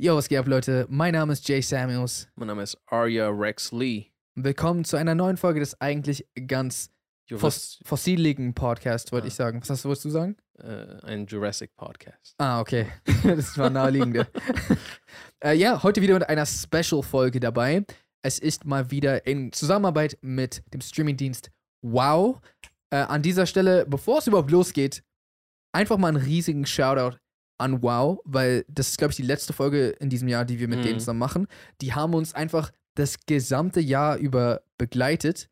Yo, was geht ab, Leute? Mein Name ist Jay Samuels. Mein Name ist Arya Rex Lee. Willkommen zu einer neuen Folge des eigentlich ganz fos Juris, fossiligen Podcasts, wollte Ah. ich sagen. Was hast, wolltest du sagen? äh, ein Jurassic Podcast. Ah, okay. Das war naheliegende. äh, ja, heute wieder mit einer Special-Folge dabei. Es ist mal wieder in Zusammenarbeit mit dem Streamingdienst Wow. Äh, an dieser Stelle, bevor es überhaupt losgeht, einfach mal einen riesigen Shoutout an Wow, weil das ist, glaube ich, die letzte Folge in diesem Jahr, die wir mit Mhm. denen zusammen machen. Die haben uns einfach das gesamte Jahr über begleitet.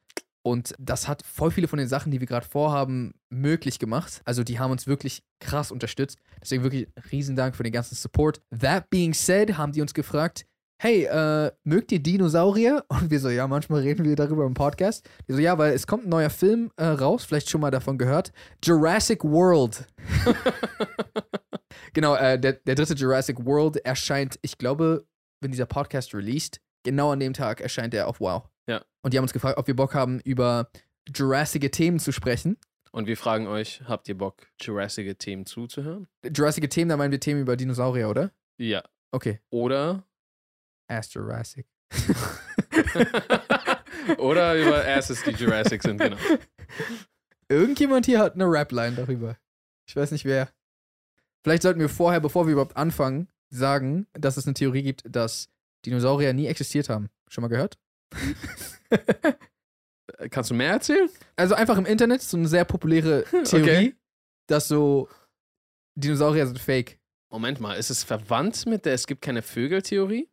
Und das hat voll viele von den Sachen, die wir gerade vorhaben, möglich gemacht. Also die haben uns wirklich krass unterstützt. Deswegen wirklich riesen Dank für den ganzen Support. That being said, haben die uns gefragt, hey, äh, mögt ihr Dinosaurier? Und wir so, ja, manchmal reden wir darüber im Podcast. Die so, ja, weil es kommt ein neuer Film äh, raus, vielleicht schon mal davon gehört. Jurassic World. genau, äh, der, der dritte Jurassic World erscheint, ich glaube, wenn dieser Podcast released, genau an dem Tag erscheint er auf Wow. Ja. Und die haben uns gefragt, ob wir Bock haben, über Jurassige Themen zu sprechen. Und wir fragen euch, habt ihr Bock, Jurassic Themen zuzuhören? Jurassige Themen, da meinen wir Themen über Dinosaurier, oder? Ja. Okay. Oder? Ask Jurassic. Oder über Asses, die Jurassic sind, genau. Irgendjemand hier hat eine Rap-Line darüber. Ich weiß nicht wer. Vielleicht sollten wir vorher, bevor wir überhaupt anfangen, sagen, dass es eine Theorie gibt, dass Dinosaurier nie existiert haben. Schon mal gehört? Äh, Kannst du mehr erzählen? Also einfach im Internet so eine sehr populäre Theorie, Hm, Okay. dass so Dinosaurier sind fake. Moment mal, ist es verwandt mit der Es gibt keine Vögel-Theorie?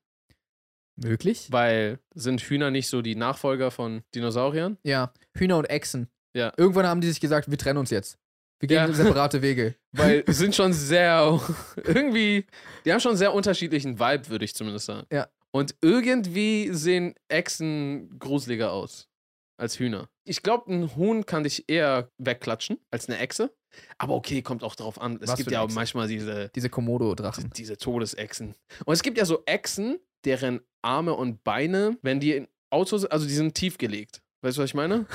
Möglich? Weil sind Hühner nicht so die Nachfolger von Dinosauriern? Ja. Hühner und Echsen. Ja. Irgendwann haben die sich gesagt, wir trennen uns jetzt. Wir gehen Ja. separate Wege. Weil sind schon sehr, irgendwie, die haben schon einen sehr unterschiedlichen Vibe, würde ich zumindest sagen. Ja. Und irgendwie sehen Echsen gruseliger aus als Hühner. Ich glaube, ein Huhn kann dich eher wegklatschen als eine Echse. Aber okay, kommt auch drauf an. Es Was für gibt eine ja auch Echse? manchmal diese, Diese Komodo-Drachen. diese Todesechsen. Und es gibt ja so Echsen, deren Arme und Beine, wenn die in Autos, also die sind tief gelegt. Weißt du, was ich meine?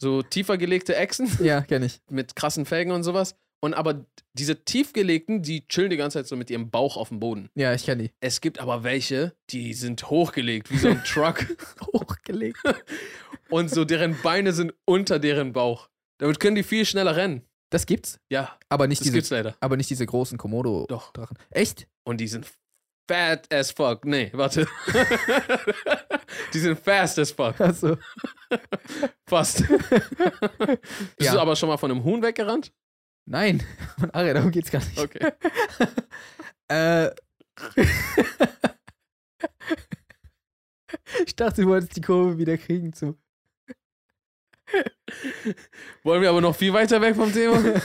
So tiefer gelegte Echsen Ja, kenne ich. mit krassen Felgen und sowas. Und aber diese tiefgelegten, die chillen die ganze Zeit so mit ihrem Bauch auf dem Boden. Ja, ich kenne die. Es gibt aber welche, die sind hochgelegt, wie so ein Truck. Hochgelegt. und so deren Beine sind unter deren Bauch. Damit können die viel schneller rennen. Das gibt's, Ja, aber nicht das diese gibt's leider. Aber nicht diese großen Komodo-Drachen. Doch. Echt? Und die sind fat as fuck. Nee, warte. die sind fast as fuck. Also, Fast. Bist Ja. du aber schon mal von einem Huhn weggerannt? nein. Von Aria, darum geht's gar nicht. Okay. Äh. ich dachte, du wolltest die Kurve wieder kriegen zu. Wollen wir aber noch viel weiter weg vom Thema?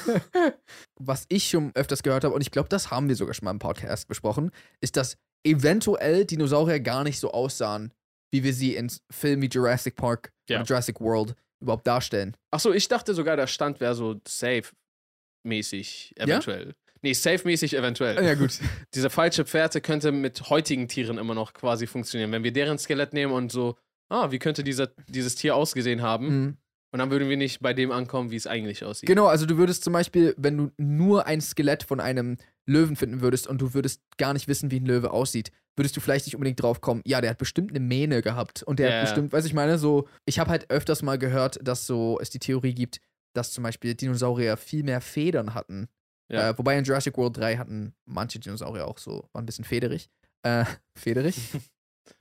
Was ich schon öfters gehört habe, und ich glaube, das haben wir sogar schon mal im Podcast besprochen, ist, dass eventuell Dinosaurier gar nicht so aussahen, wie wir sie in Filmen wie Jurassic Park Ja. oder Jurassic World überhaupt darstellen. Achso, ich dachte sogar, der Stand wäre so safe-mäßig eventuell. Nee, safe-mäßig eventuell. Ah, gut. Diese falsche Fährte könnte mit heutigen Tieren immer noch quasi funktionieren. Wenn wir deren Skelett nehmen und so, ah, wie könnte dieser, dieses Tier ausgesehen haben? Mhm. Und dann würden wir nicht bei dem ankommen, wie es eigentlich aussieht. Genau, also du würdest zum Beispiel, wenn du nur ein Skelett von einem Löwen finden würdest und du würdest gar nicht wissen, wie ein Löwe aussieht, würdest du vielleicht nicht unbedingt drauf kommen, ja, der hat bestimmt eine Mähne gehabt und der Ja. hat bestimmt, weiß ich meine, so, ich habe halt öfters mal gehört, dass so es die Theorie gibt, dass zum Beispiel Dinosaurier viel mehr Federn hatten. Ja. Äh, wobei in Jurassic World 3 hatten manche Dinosaurier auch so, waren ein bisschen federig. Äh, federig?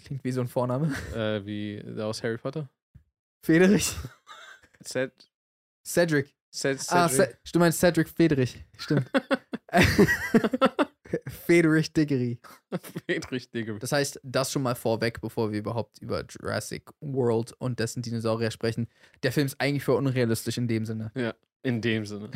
Klingt wie so ein Vorname. Äh, wie der aus Harry Potter. Federich? Ced, Cedric. Ced, Ah, Cedric. Ce- du meinst Cedric Federich. Stimmt. Federich Diggory. Friedrich Diggory. Das heißt, das schon mal vorweg, bevor wir überhaupt über Jurassic World und dessen Dinosaurier sprechen. Der Film ist eigentlich für unrealistisch in dem Sinne. In dem Sinne.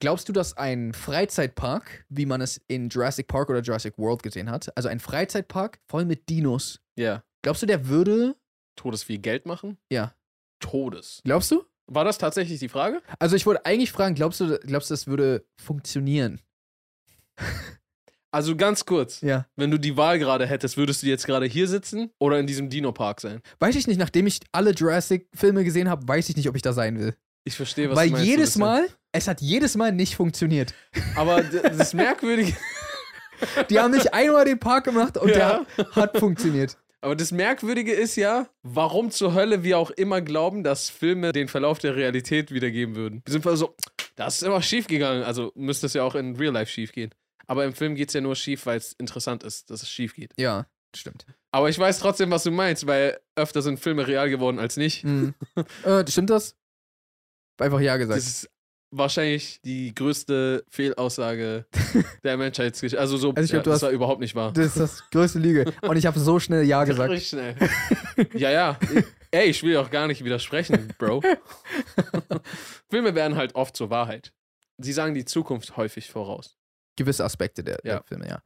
Glaubst du, dass ein Freizeitpark, wie man es in Jurassic Park oder Jurassic World gesehen hat, also ein Freizeitpark voll mit Dinos, Ja. glaubst du, der würde. Todes viel Geld machen? Ja. Todes. Glaubst du? War das tatsächlich die Frage? Also, ich wollte eigentlich fragen, glaubst du, glaubst du, das würde funktionieren? Also ganz kurz. Ja. Wenn du die Wahl gerade hättest, würdest du jetzt gerade hier sitzen oder in diesem Dino-Park sein? Weiß ich nicht, nachdem ich alle Jurassic-Filme gesehen habe, weiß ich nicht, ob ich da sein will. Ich verstehe, was Weil du meinst. so ein jedes bisschen. Mal, es hat jedes Mal nicht funktioniert. Aber d- das Merkwürdige. Die haben nicht einmal den Park gemacht und Ja. der hat funktioniert. Aber das Merkwürdige ist ja, warum zur Hölle wir auch immer glauben, dass Filme den Verlauf der Realität wiedergeben würden. Wir sind immer so, das ist immer schief gegangen. Also müsste es ja auch in Real Life schief gehen. Aber im Film geht es ja nur schief, weil es interessant ist, dass es schief geht. Ja, stimmt. Aber ich weiß trotzdem, was du meinst, weil öfter sind Filme real geworden als nicht. Mhm. äh, stimmt das? Einfach ja Das gesagt. ist wahrscheinlich die größte Fehlaussage der Menschheitsgeschichte. Also so, Also ich glaub, ja, du das hast- war überhaupt nicht wahr. Das ist das größte Lüge. Und ich habe so schnell ja gesagt. Richtig schnell. ja, ja. Ey, ich will auch gar nicht widersprechen, Bro. Filme werden halt oft zur Wahrheit. Sie sagen die Zukunft häufig voraus. gewisse Aspekte der, Ja. der Filme, ja.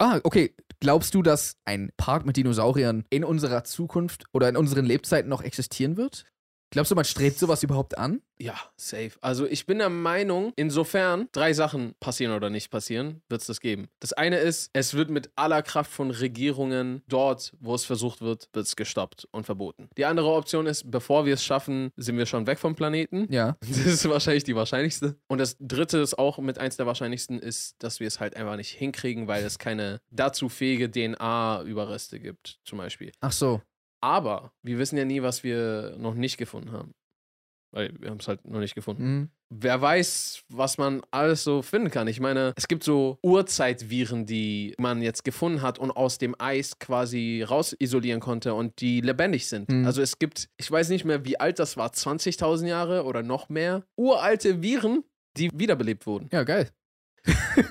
Ah, okay. Glaubst du, dass ein Park mit Dinosauriern in unserer Zukunft oder in unseren Lebzeiten noch existieren wird? Glaubst du, man strebt sowas überhaupt an? Ja, safe. Also ich bin der Meinung, insofern drei Sachen passieren oder nicht passieren, wird es das geben. Das eine ist, es wird mit aller Kraft von Regierungen dort, wo es versucht wird, wird es gestoppt und verboten. Die andere Option ist, bevor wir es schaffen, sind wir schon weg vom Planeten. Ja. Das ist wahrscheinlich die wahrscheinlichste. Und das dritte ist auch mit eins der wahrscheinlichsten, ist, dass wir es halt einfach nicht hinkriegen, weil es keine dazu fähige DNA-Überreste gibt, zum Beispiel. Ach so. Aber wir wissen ja nie, was wir noch nicht gefunden haben. Weil wir haben es halt noch nicht gefunden. Mhm. Wer weiß, was man alles so finden kann. Ich meine, es gibt so Urzeitviren, die man jetzt gefunden hat und aus dem Eis quasi raus isolieren konnte und die lebendig sind. Mhm. Also es gibt, ich weiß nicht mehr, wie alt das war, 20.000 Jahre oder noch mehr, uralte Viren, die wiederbelebt wurden. Ja, geil.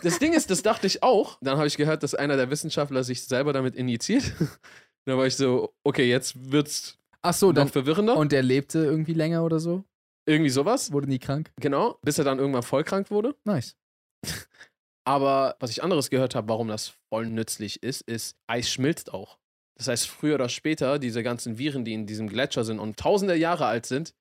Das Ding ist, das dachte ich auch. Dann habe ich gehört, dass einer der Wissenschaftler sich selber damit injiziert. Dann war ich so, okay, jetzt wird's Ach so, noch dann. verwirrender. Und der lebte irgendwie länger oder so? Irgendwie sowas. Wurde nie krank? Genau, bis er dann irgendwann vollkrank wurde. Nice. Aber was ich anderes gehört habe, warum das voll nützlich ist, ist, Eis schmilzt auch. Das heißt, früher oder später, diese ganzen Viren, die in diesem Gletscher sind und tausende Jahre alt sind,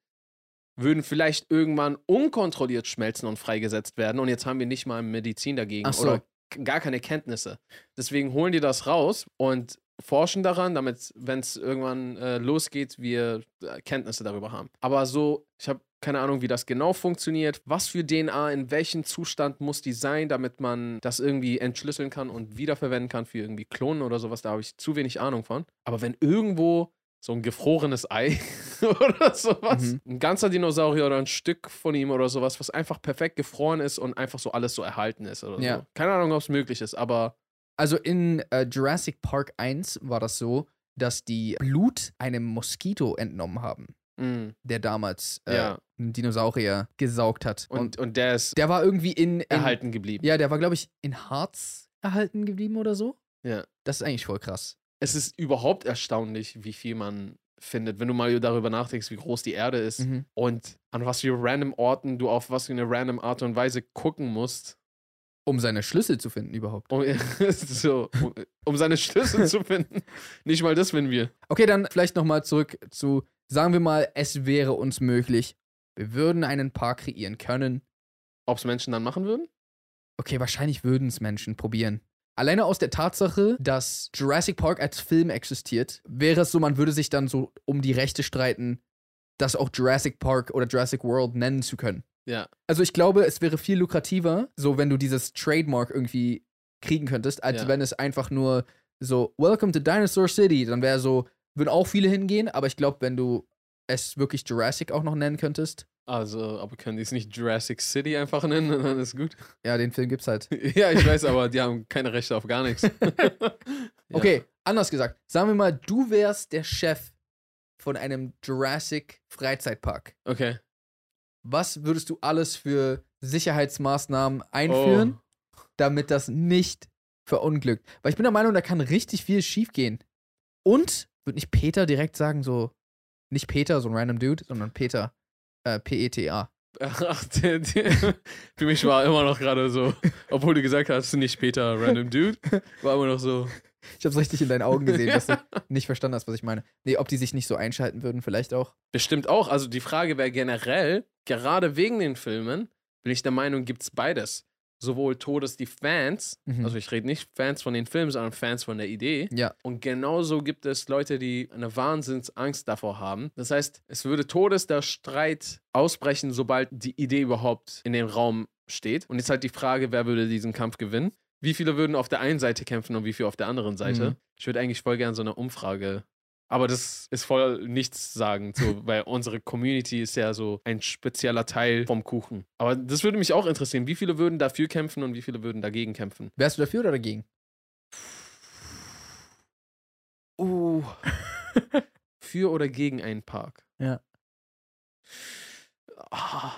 würden vielleicht irgendwann unkontrolliert schmelzen und freigesetzt werden. Und jetzt haben wir nicht mal Medizin dagegen Ach so. oder k- gar keine Kenntnisse. Deswegen holen die das raus und forschen daran, damit, wenn es irgendwann äh, losgeht, wir äh, Kenntnisse darüber haben. Aber so, ich habe keine Ahnung, wie das genau funktioniert. Was für DNA, in welchem Zustand muss die sein, damit man das irgendwie entschlüsseln kann und wiederverwenden kann für irgendwie Klonen oder sowas. Da habe ich zu wenig Ahnung von. Aber wenn irgendwo so ein gefrorenes Ei oder sowas, Mhm. ein ganzer Dinosaurier oder ein Stück von ihm oder sowas, was einfach perfekt gefroren ist und einfach so alles so erhalten ist oder Ja. so. Keine Ahnung, ob es möglich ist, aber Also in äh, Jurassic Park 1 war das so, dass die Blut einem Moskito entnommen haben, mh, der damals äh, ja. einen Dinosaurier gesaugt hat. Und, Und, und der ist der war irgendwie in, in erhalten geblieben. Ja, der war, glaube ich, in Harz erhalten geblieben oder so. Ja. Das ist eigentlich voll krass. Es ist überhaupt erstaunlich, wie viel man findet, wenn du mal darüber nachdenkst, wie groß die Erde ist Mhm. und an was für random Orten du auf was für eine random Art und Weise gucken musst, Um seine Schlüssel zu finden überhaupt. um, so, um, um seine Schlüssel zu finden. Nicht mal das, wenn wir. Okay, dann vielleicht nochmal zurück zu, sagen wir mal, es wäre uns möglich, wir würden einen Park kreieren können. Ob es Menschen dann machen würden? Okay, wahrscheinlich würden es Menschen probieren. Alleine aus der Tatsache, dass Jurassic Park als Film existiert, wäre es so, man würde sich dann so um die Rechte streiten, das auch Jurassic Park oder Jurassic World nennen zu können. Ja. Also ich glaube, es wäre viel lukrativer, so wenn du dieses Trademark irgendwie kriegen könntest, als Ja. wenn es einfach nur so Welcome to Dinosaur City, dann wäre so, würden auch viele hingehen, aber ich glaube, wenn du es wirklich Jurassic auch noch nennen könntest, Also, aber können die es nicht Jurassic City einfach nennen und dann ist gut? ja, den Film gibt's halt. ja, ich weiß, aber die haben keine Rechte auf gar nichts. Ja. Okay, anders gesagt, sagen wir mal, du wärst der Chef von einem Jurassic Freizeitpark. Okay. Was würdest du alles für Sicherheitsmaßnahmen Oh. einführen, damit das nicht verunglückt? Weil ich bin der Meinung, da kann richtig viel schiefgehen. Und wird nicht Peter direkt sagen, so, nicht Peter, so ein random Dude, sondern Peter, äh, P-E-T-A. Ach, der, der, für mich war immer noch gerade so, obwohl du gesagt hast, nicht Peter, random Dude, war immer noch so. Ich hab's richtig in deinen Augen gesehen, dass du nicht verstanden hast, was ich meine. Nee, ob die sich nicht so einschalten würden, vielleicht auch. Bestimmt auch. Also die Frage wäre generell, gerade wegen den Filmen, bin ich der Meinung, gibt es beides. Sowohl Todes die Fans, Mhm. also ich rede nicht Fans von den Filmen, sondern Fans von der Idee. Ja. Und genauso gibt es Leute, die eine Wahnsinnsangst davor haben. Das heißt, es würde Todes der Streit ausbrechen, sobald die Idee überhaupt in dem Raum steht. Und jetzt halt die Frage, wer würde diesen Kampf gewinnen? wie viele würden auf der einen Seite kämpfen und wie viele auf der anderen Seite. Mhm. Ich würde eigentlich voll gerne so eine Umfrage. Aber das ist voll nichts sagen, so, weil unsere Community ist ja so ein spezieller Teil vom Kuchen. Aber das würde mich auch interessieren. Wie viele würden dafür kämpfen und wie viele würden dagegen kämpfen? Wärst du dafür oder dagegen? Uh. für oder gegen einen Park? Ja. Ah.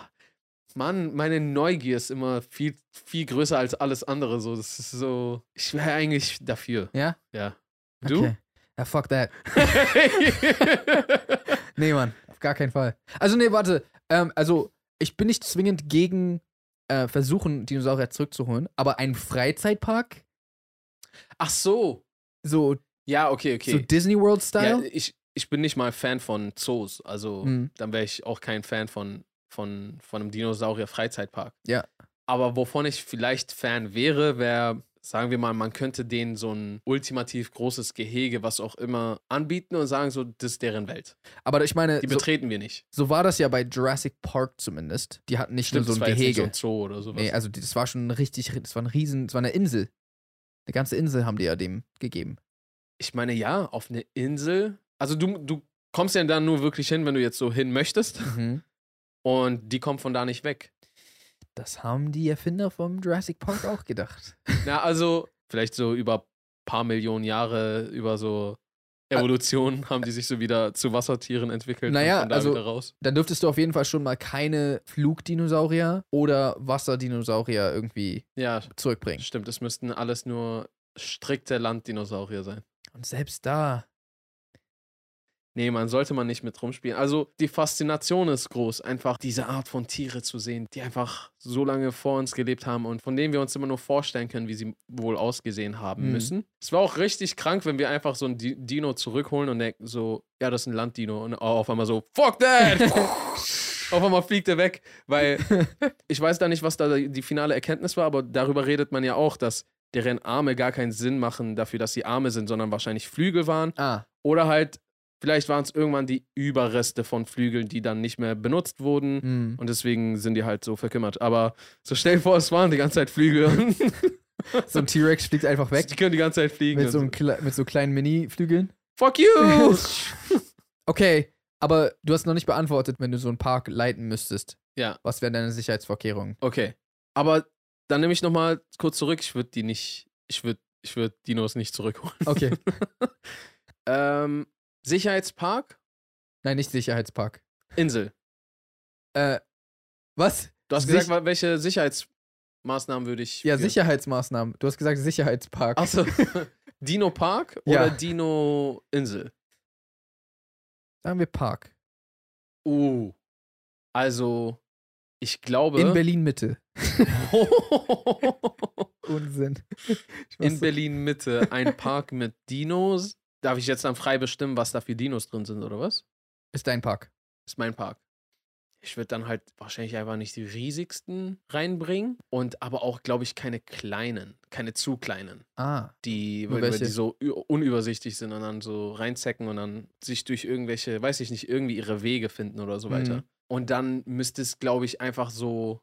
Mann, meine Neugier ist immer viel, viel größer als alles andere. So, das ist so. Ich wäre eigentlich dafür. Ja? Ja. Du? Okay. Ja, fuck that. Nee, Mann, auf gar keinen Fall. Also, nee, warte. Ähm, also, ich bin nicht zwingend gegen äh, versuchen, Dinosaurier zurückzuholen, aber ein Freizeitpark, Ach so. so, Ja, okay, so okay. Disney ja, äh, World-Style. ich, ich bin nicht mal Fan von Zoos. Also, Mhm. dann wäre ich auch kein Fan von, von, von einem Dinosaurier-Freizeitpark. Ja. Aber wovon ich vielleicht Fan wäre, wäre, sagen wir mal, man könnte denen so ein ultimativ großes Gehege, was auch immer, anbieten und sagen, so, das ist deren Welt. Aber ich meine, Die Äh, so, betreten wir nicht. so war das ja bei Jurassic Park zumindest. Die hatten nicht nur so das ein war jetzt Gehege. Nicht so ein Zoo oder sowas. nee, also, die- das war schon richtig, das war ein Riesen, das war eine Insel. Eine ganze Insel haben die ja dem gegeben. ich meine, ja, auf eine Insel. Also du, du kommst ja dann nur wirklich hin, wenn du jetzt so hin möchtest. Und die kommen von da nicht weg. Das haben die Erfinder vom Jurassic Park auch gedacht. Na, also vielleicht so über paar Millionen Jahre, über so Evolution haben die sich so wieder zu Wassertieren entwickelt. Naja, und von da also- wieder raus. Dann dürftest du auf jeden Fall schon mal keine Flugdinosaurier oder Wasserdinosaurier irgendwie Ja, zurückbringen. stimmt. Es müssten alles nur strikte Landdinosaurier sein. Und selbst da. Nee, man sollte man nicht mit rumspielen. Also die Faszination ist groß, einfach diese Art von Tiere zu sehen, die einfach so lange vor uns gelebt haben und von denen wir uns immer nur vorstellen können, wie sie wohl ausgesehen haben Mhm. müssen. Es war auch richtig krank, wenn wir einfach so ein Di- Dino zurückholen und denken so, ja, das ist ein Landdino und auf einmal so, fuck that! auf einmal fliegt er weg, weil ich weiß da nicht, was da die finale Erkenntnis war, aber darüber redet man ja auch, dass deren Arme gar keinen Sinn machen dafür, dass sie Arme sind, sondern wahrscheinlich Flügel waren. Ah, Oder halt, vielleicht waren es irgendwann die Überreste von Flügeln, die dann nicht mehr benutzt wurden. mm. Und deswegen sind die halt so verkümmert. Aber so stell dir vor, es waren die ganze Zeit Flügel. so ein T-Rex fliegt einfach weg die können die ganze Zeit fliegen. mit so, Oh. einem und Kle mit so kleinen Mini-Flügeln. so. Fuck you! Okay, aber du hast noch nicht beantwortet, wenn du so einen Park leiten müsstest. Ja. Was wären deine Sicherheitsvorkehrungen? okay. Aber dann nehme ich nochmal kurz zurück. Ich würde die nicht. Ich würde ich würd Dinos nicht zurückholen. Okay. Ähm, Sicherheitspark? Nein, nicht Sicherheitspark. Insel. Äh, was? Du hast Sich- gesagt, wa- welche Sicherheitsmaßnahmen würde ich. Ja, für- Sicherheitsmaßnahmen. Du hast gesagt Sicherheitspark. Achso. Dino Park Ja. oder Dino Insel? Sagen wir Park. Uh. Also, ich glaube. In Berlin Mitte. Unsinn. Ich in weiß- Berlin Mitte ein Park mit Dinos. Darf ich jetzt dann frei bestimmen, was da für Dinos drin sind, oder was? Ist dein Park. Ist mein Park. Ich würde dann halt wahrscheinlich einfach nicht die riesigsten reinbringen und aber auch, glaube ich, keine kleinen, keine zu kleinen, Ah. die, Nur weil, weil welche? die so ü- unübersichtlich sind und dann so reinzecken und dann sich durch irgendwelche, weiß ich nicht, irgendwie ihre Wege finden oder so weiter. Mhm. Und dann müsste es, glaube ich, einfach so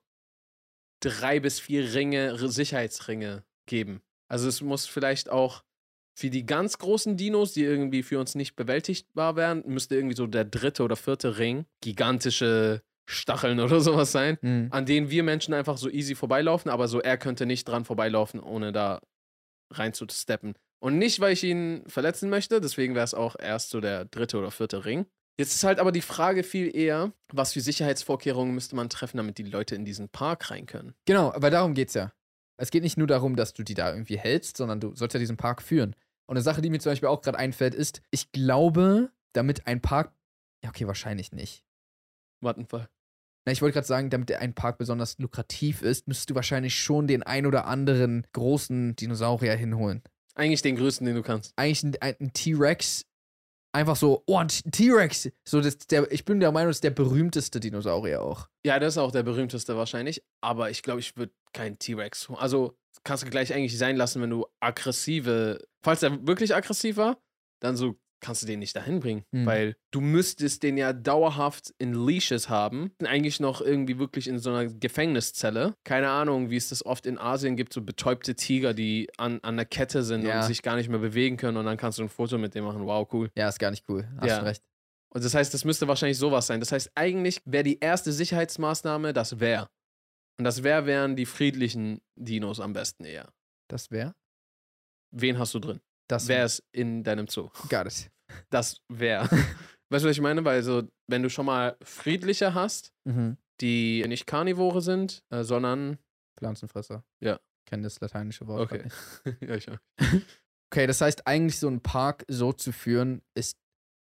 drei bis vier Ringe, R- Sicherheitsringe geben. Also es muss vielleicht auch für die ganz großen Dinos, die irgendwie für uns nicht bewältigbar wären, müsste irgendwie so der dritte oder vierte Ring gigantische Stacheln oder sowas sein, Hm. an denen wir Menschen einfach so easy vorbeilaufen, aber so er könnte nicht dran vorbeilaufen, ohne da rein zu steppen. Und nicht, weil ich ihn verletzen möchte, deswegen wäre es auch erst so der dritte oder vierte Ring. Jetzt ist halt aber die Frage viel eher, was für Sicherheitsvorkehrungen müsste man treffen, damit die Leute in diesen Park rein können. Genau, aber darum geht's ja. Es geht nicht nur darum, dass du die da irgendwie hältst, sondern du sollst ja diesen Park führen. Und eine Sache, die mir zum Beispiel auch gerade einfällt, ist, ich glaube, damit ein Park. Ja, okay, wahrscheinlich nicht. Wattenfall. Na, ich wollte gerade sagen, damit ein Park besonders lukrativ ist, müsstest du wahrscheinlich schon den ein oder anderen großen Dinosaurier hinholen. Eigentlich den größten, den du kannst. Eigentlich ein, ein, ein T-Rex. Einfach so, oh, ein T-Rex. So, das, der, ich bin der Meinung, das ist der berühmteste Dinosaurier auch. Ja, das ist auch der berühmteste wahrscheinlich. Aber ich glaube, ich würde keinen T-Rex. holen. Also kannst du gleich eigentlich sein lassen, wenn du aggressive. Falls er wirklich aggressiv war, dann so kannst du den nicht dahin bringen, Mhm. weil du müsstest den ja dauerhaft in Leashes haben, eigentlich noch irgendwie wirklich in so einer Gefängniszelle. Keine Ahnung, wie es das oft in Asien gibt, so betäubte Tiger, die an, an der Kette sind Ja. und sich gar nicht mehr bewegen können und dann kannst du ein Foto mit dem machen. Wow, cool. Ja, ist gar nicht cool. Hast Ja. schon recht. Und das heißt, das müsste wahrscheinlich sowas sein. Das heißt, eigentlich wäre die erste Sicherheitsmaßnahme das Wehr. Und das Wehr wären die friedlichen Dinos am besten eher. Das wäre. Wen hast du drin? Das Wer ist in deinem Zoo? Got it. Das Wehr. weißt du, was ich meine? Weil so, wenn du schon mal friedliche hast, Mhm. die nicht Karnivore sind, äh, sondern. Pflanzenfresser. Ja. Kenne das lateinische Wort. Okay. grad nicht. ja, ich, Okay, das heißt, eigentlich so einen Park so zu führen, ist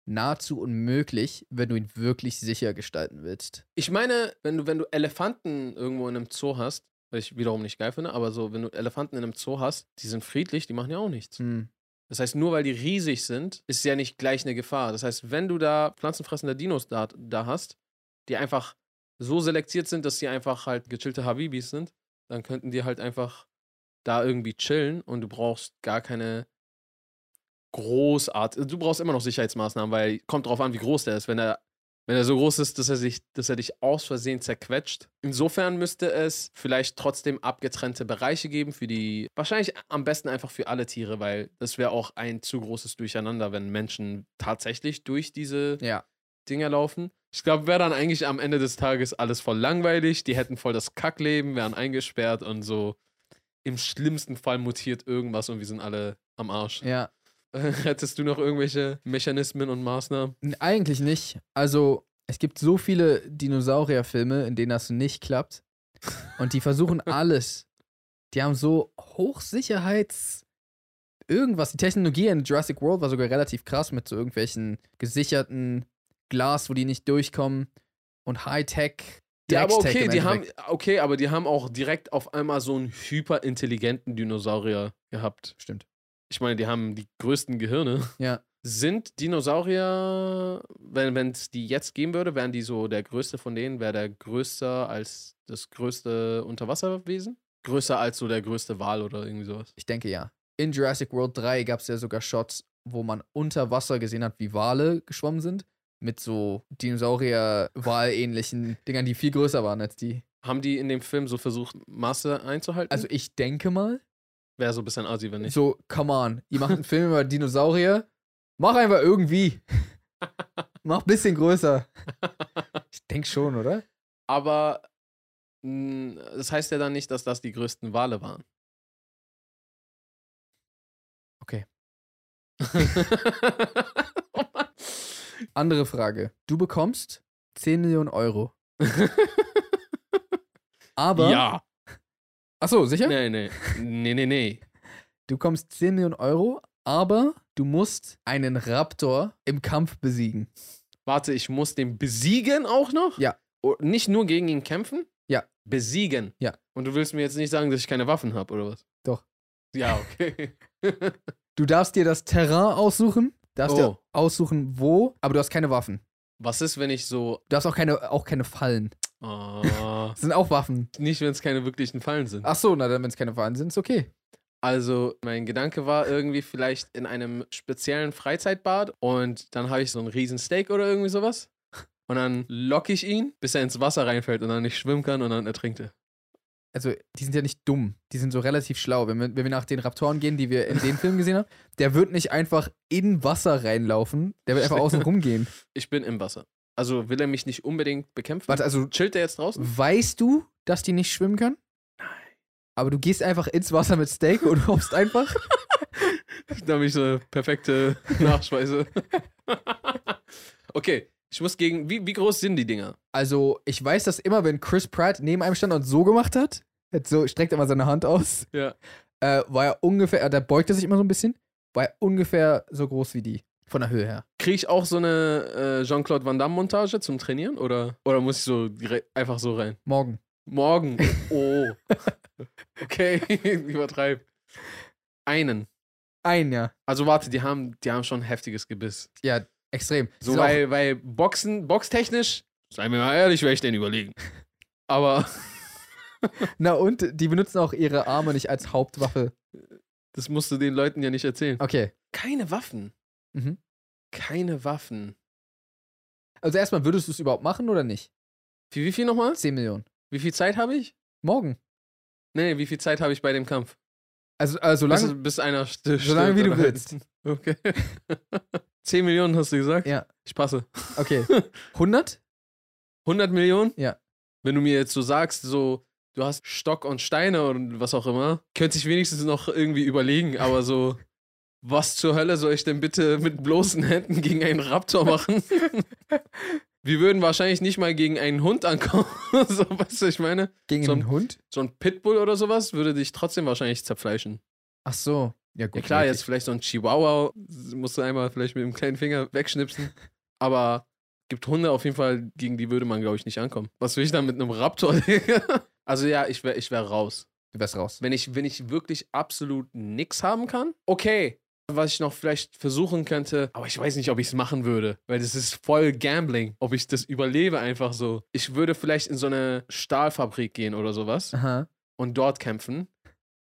nahezu unmöglich, wenn du ihn wirklich sicher gestalten willst. ich meine, wenn du, wenn du Elefanten irgendwo in einem Zoo hast, was ich wiederum nicht geil finde, aber so, wenn du Elefanten in einem Zoo hast, die sind friedlich, die machen ja auch nichts. Hm. Das heißt, nur weil die riesig sind, ist ja nicht gleich eine Gefahr. Das heißt, wenn du da pflanzenfressende Dinos da, da hast, die einfach so selektiert sind, dass sie einfach halt gechillte Habibis sind, dann könnten die halt einfach da irgendwie chillen und du brauchst gar keine Großart. Also, Du brauchst immer noch Sicherheitsmaßnahmen, weil kommt drauf an, wie groß der ist. Wenn er, wenn er so groß ist, dass er, sich, dass er dich aus Versehen zerquetscht. Insofern müsste es vielleicht trotzdem abgetrennte Bereiche geben für die, wahrscheinlich am besten einfach für alle Tiere, weil das wäre auch ein zu großes Durcheinander, wenn Menschen tatsächlich durch diese Ja. Dinger laufen. Ich glaube, wäre dann eigentlich am Ende des Tages alles voll langweilig. Die hätten voll das Kackleben, wären eingesperrt und so. Im schlimmsten Fall mutiert irgendwas und wir sind alle am Arsch. Ja. Hättest du noch irgendwelche Mechanismen und Maßnahmen? N- Eigentlich nicht. Also, es gibt so viele Dinosaurierfilme, in denen das nicht klappt. Und die versuchen alles. Die haben so Hochsicherheits. Irgendwas. Die Technologie in Jurassic World war sogar relativ krass mit so irgendwelchen gesicherten Glas, wo die nicht durchkommen. Und Hightech. Ja, aber Dreckstech okay, im die haben, Endeffekt. okay, aber die haben auch direkt auf einmal so einen hyperintelligenten Dinosaurier gehabt. Stimmt. Ich meine, die haben die größten Gehirne. Ja. Sind Dinosaurier, wenn es die jetzt geben würde, wären die so der größte von denen, wäre der größer als das größte Unterwasserwesen? Größer als so der größte Wal oder irgendwie sowas. Ich denke ja. In Jurassic World 3 gab es ja sogar Shots, wo man unter Wasser gesehen hat, wie Wale geschwommen sind. Mit so Dinosaurier-Wal-ähnlichen Dingern, die viel größer waren als die. Haben die in dem Film so versucht, Masse einzuhalten? Also ich denke mal. wäre so ein bisschen assi, wenn nicht. So, come on. Ihr macht einen Film über Dinosaurier. Mach einfach irgendwie. Mach ein bisschen größer. Ich denke schon, oder? Aber mh, das heißt ja dann nicht, dass das die größten Wale waren. Okay. oh Mann. Andere Frage. Du bekommst 10 Millionen Euro. Aber. ja. Achso, sicher? Nee, nee. Nee, nee, nee. Du kommst 10 Millionen Euro, aber du musst einen Raptor im Kampf besiegen. Warte, ich muss den besiegen auch noch? Ja. O- Nicht nur gegen ihn kämpfen? Ja. Besiegen? Ja. Und du willst mir jetzt nicht sagen, dass ich keine Waffen habe, oder was? Doch. Ja, okay. Du darfst dir das Terrain aussuchen, darfst dir Oh. aussuchen, wo, aber du hast keine Waffen. was ist, wenn ich so. Du darfst auch keine, auch keine Fallen. ah, Das sind auch Waffen. nicht, wenn es keine wirklichen Fallen sind. Ach so, na dann, wenn es keine Fallen sind, ist okay. Also, mein Gedanke war irgendwie vielleicht in einem speziellen Freizeitbad und dann habe ich so einen riesen Steak oder irgendwie sowas. Und dann locke ich ihn, bis er ins Wasser reinfällt und dann nicht schwimmen kann und dann ertrinkt er. Also, die sind ja nicht dumm. Die sind so relativ schlau. Wenn wir, wenn wir nach den Raptoren gehen, die wir in dem Film gesehen haben, der wird nicht einfach in Wasser reinlaufen. Der wird einfach außen rumgehen. Ich bin im Wasser. Also will er mich nicht unbedingt bekämpfen? Warte, also, Chillt er jetzt draußen? weißt du, dass die nicht schwimmen können? Aber du gehst einfach ins Wasser mit Steak und hoffst einfach. Da habe ich so eine perfekte Nachspeise. okay, ich muss gegen. Wie, wie groß sind die Dinger? Also, ich weiß, dass immer, wenn Chris Pratt neben einem stand und so gemacht hat, hat so, streckt immer seine Hand aus, Ja. äh, war er ungefähr, äh, da beugte sich immer so ein bisschen, war er ungefähr so groß wie die. Von der Höhe her. Kriege ich auch so eine äh, Jean-Claude Van Damme-Montage zum Trainieren? Oder, oder muss ich so direkt, einfach so rein? Morgen. Morgen. Oh. Okay, übertreib. Einen. Ein Jahr. Also warte, die haben, die haben schon ein heftiges Gebiss. Ja, extrem. Sie So, sind auch- weil, weil Boxen, boxtechnisch, seien wir mal ehrlich, wäre ich denen überlegen. Aber na und, die benutzen auch ihre Arme nicht als Hauptwaffe. das musst du den Leuten ja nicht erzählen. Okay. Keine Waffen. Mhm. Keine Waffen. Also erstmal, würdest du es überhaupt machen oder nicht? Wie, wie viel nochmal? 10 Millionen. Wie viel Zeit habe ich? Morgen. Nee, nee, wie viel Zeit habe ich bei dem Kampf? Also, also Bis, solange, bis einer st- solange wie stirbt, du oder? willst. Okay. 10 Millionen hast du gesagt? Ja. Ich passe. Okay. 100? 100 Millionen? Ja. Wenn du mir jetzt so sagst, so, du hast Stock und Steine und was auch immer, könnte ich wenigstens noch irgendwie überlegen, aber so, was zur Hölle soll ich denn bitte mit bloßen Händen gegen einen Raptor machen? Wir würden wahrscheinlich nicht mal gegen einen Hund ankommen. so, weißt du, ich meine? Gegen So einen Hund? So ein Pitbull oder sowas würde dich trotzdem wahrscheinlich zerfleischen. Ach so. Ja, gut. Ja klar, möglich. jetzt vielleicht so ein Chihuahua musst du einmal vielleicht mit dem kleinen Finger wegschnipsen. Aber gibt Hunde auf jeden Fall, gegen die würde man, glaube ich, nicht ankommen. Was will ich dann mit einem Raptor? Digga? also ja, ich wäre ich wär raus. Du wärst raus. Wenn ich, wenn ich wirklich absolut nix haben kann, okay. Was ich noch vielleicht versuchen könnte, aber ich weiß nicht, ob ich es machen würde, weil das ist voll Gambling, ob ich das überlebe einfach so. Ich würde vielleicht in so eine Stahlfabrik gehen oder sowas Aha. und dort kämpfen.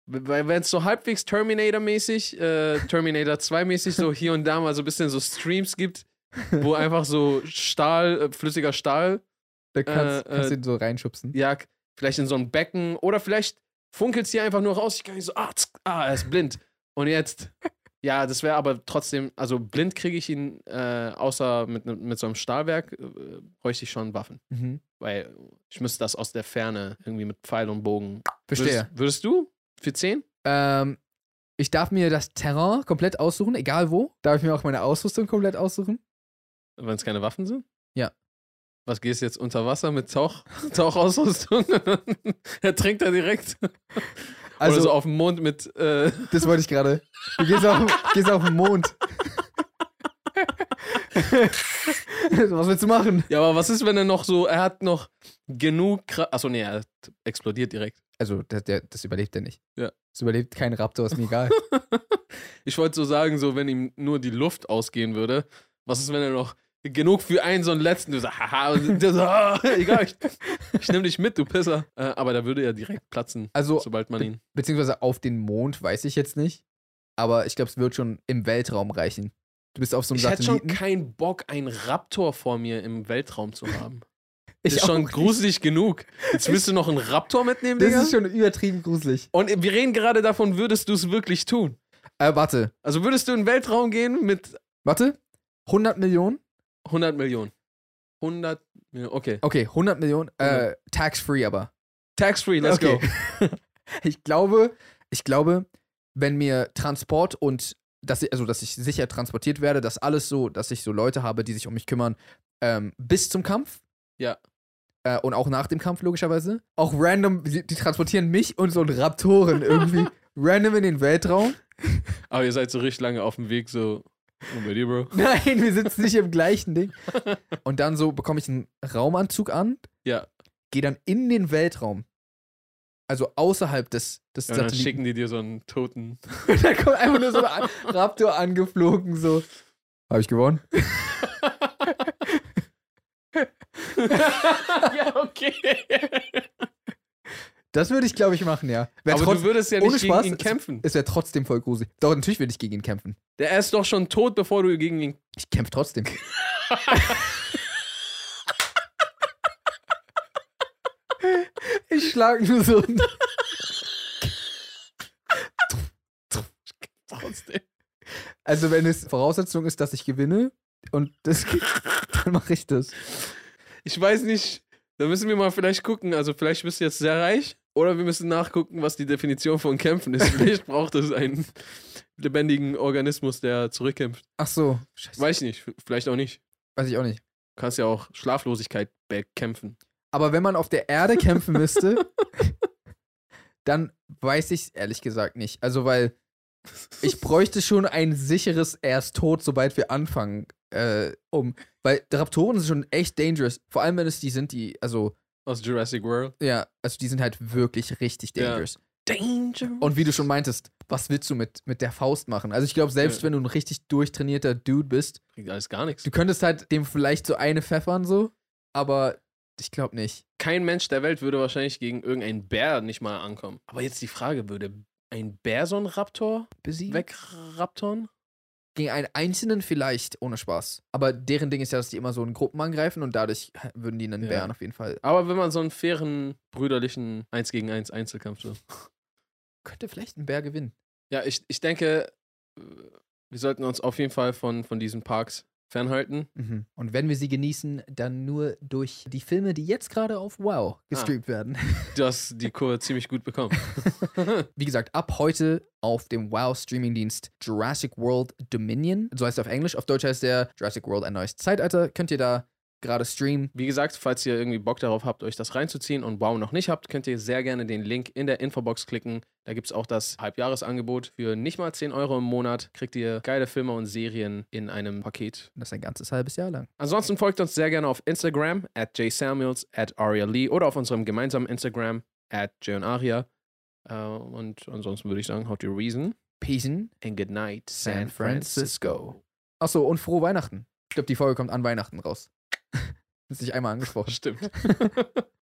Weil wenn es so halbwegs Terminator-mäßig, äh, Terminator 2-mäßig, so hier und da mal so ein bisschen so Streams gibt, wo einfach so Stahl, äh, flüssiger Stahl, Da kannst, Äh, kannst äh, du ihn so reinschubsen. ja, k- vielleicht in so ein Becken oder vielleicht funkelt hier einfach nur raus. Ich kann nicht so, ah, tsk, ah, er ist blind. Und jetzt, ja, das wäre aber trotzdem, also blind kriege ich ihn, äh, außer mit, ne- mit so einem Stahlwerk, äh, bräuchte ich schon Waffen. Mhm. Weil ich müsste das aus der Ferne irgendwie mit Pfeil und Bogen. Verstehe. Würdest, würdest du? Für 10? Ähm, ich darf mir das Terrain komplett aussuchen, egal wo. Darf ich mir auch meine Ausrüstung komplett aussuchen? Wenn es keine Waffen sind? Ja. Was gehst du jetzt unter Wasser mit Tauch, Tauchausrüstung? er trinkt da direkt. Also, Also, Oder so auf dem Mond mit. Äh, das wollte ich gerade. Du gehst auf, gehst auf den Mond. Was willst du machen? ja, aber was ist, wenn er noch so. Er hat noch genug. Kra Achso, nee, er t- explodiert direkt. Also, der, der, das überlebt er nicht. Ja. Das überlebt kein Raptor, ist mir egal. Ich wollte so sagen, so, wenn ihm nur die Luft ausgehen würde, was ist, wenn er noch. Genug für einen so einen letzten. Du sagst, haha, und der so, ah, egal, ich, ich nehme dich mit, du Pisser. Äh, aber da würde er direkt platzen, Also, sobald man ihn. beziehungsweise auf den Mond weiß ich jetzt nicht. Aber ich glaube, es wird schon im Weltraum reichen. Du bist auf so einem Ich hätte schon Satelliten. keinen Bock, einen Raptor vor mir im Weltraum zu haben. Ich Das ist schon auch. gruselig genug. Jetzt willst du noch einen Raptor mitnehmen, das Digga? ist schon übertrieben gruselig. Und wir reden gerade davon, würdest du es wirklich tun? Äh, warte, Also würdest du in den Weltraum gehen mit warte. 100 Millionen? 100 Millionen? 100 Millionen, okay. Okay, 100 Millionen. Äh, Tax-free aber. Tax-free, let's Okay. go. Ich glaube, ich glaube, wenn mir Transport und dass ich, also dass ich sicher transportiert werde, dass alles so, dass ich so Leute habe, die sich um mich kümmern, ähm, bis zum Kampf. Ja. Äh, und auch nach dem Kampf, logischerweise. Auch random, die, die transportieren mich und so einen Raptoren irgendwie random in den Weltraum. Aber ihr seid so richtig lange auf dem Weg, so. Und bei dir, Bro. Nein, wir sitzen nicht im gleichen Ding. Und dann so bekomme ich einen Raumanzug an, Ja. gehe dann in den Weltraum. Also außerhalb des, des Und dann Satelliten. schicken die dir so einen toten. Und da kommt einfach nur so ein Raptor angeflogen, so. Habe ich gewonnen? ja, okay. Das würde ich, glaube ich, machen, ja. Wär Aber du trotz, würdest ja ohne nicht gegen Spaß, ihn kämpfen. es wäre trotzdem voll gruselig. Doch, natürlich würde ich gegen ihn kämpfen. Der ist doch schon tot, bevor du gegen ihn Ich kämpfe trotzdem. ich schlage nur so einen trotzdem. Also, wenn es Voraussetzung ist, dass ich gewinne und das geht, dann mache ich das. Ich weiß nicht. Da müssen wir mal vielleicht gucken. Also vielleicht bist du jetzt sehr reich. Oder wir müssen nachgucken, was die Definition von Kämpfen ist. Vielleicht braucht es einen lebendigen Organismus, der zurückkämpft. Ach so. Scheiße. Weiß ich nicht. Vielleicht auch nicht. Weiß ich auch nicht. Du kannst ja auch Schlaflosigkeit bekämpfen. Aber wenn man auf der Erde kämpfen müsste, dann weiß ich es ehrlich gesagt nicht. Also, weil ich bräuchte schon ein sicheres erst tot, sobald wir anfangen, äh, um. Weil Raptoren sind schon echt dangerous. Vor allem, wenn es die sind, die, also, Aus Jurassic World. ja, also die sind halt wirklich richtig Ja. dangerous. Danger. Und wie du schon meintest, was willst du mit, mit der Faust machen? Also, ich glaube, selbst Ja. wenn du ein richtig durchtrainierter Dude bist, Bringt alles gar nichts. du könntest halt dem vielleicht so eine pfeffern, so, aber ich glaube nicht. Kein Mensch der Welt würde wahrscheinlich gegen irgendeinen Bär nicht mal ankommen. Aber jetzt die Frage, würde ein Bär so einen Raptor Besiegen? wegraptorn? Gegen einen Einzelnen vielleicht, ohne Spaß. Aber deren Ding ist ja, dass die immer so in Gruppen angreifen und dadurch würden die einen Ja. Bären auf jeden Fall. Aber wenn man so einen fairen, brüderlichen 1 gegen 1 Einzelkampf so. Könnte vielleicht ein Bär gewinnen. Ja, ich, ich denke, äh, wir sollten uns auf jeden Fall von, von diesen Parks fernhalten. Mhm. Und wenn wir sie genießen, dann nur durch die Filme, die jetzt gerade auf Wow gestreamt werden. Du hast die Kurve ziemlich gut bekommen. Wie gesagt, ab heute auf dem Wow-Streaming-Dienst Jurassic World Dominion. So heißt er auf Englisch. Auf Deutsch heißt der Jurassic World ein neues Zeitalter. Könnt ihr da gerade streamen. Wie gesagt, falls ihr irgendwie Bock darauf habt, euch das reinzuziehen und Wow noch nicht habt, könnt ihr sehr gerne den Link in der Infobox klicken. Da gibt es auch das Halbjahresangebot. Für nicht mal 10 Euro im Monat kriegt ihr geile Filme und Serien in einem Paket. Und Das ein ganzes halbes Jahr lang. Ansonsten folgt uns sehr gerne auf Instagram, at jsamuels, at Aria Lee oder auf unserem gemeinsamen Instagram, at Jay und Aria. Äh, und ansonsten würde ich sagen, haut your reason Peace in and good night, San Francisco. Achso, und frohe Weihnachten. Ich glaube, die Folge kommt an Weihnachten raus. Ist nicht einmal angesprochen. Stimmt.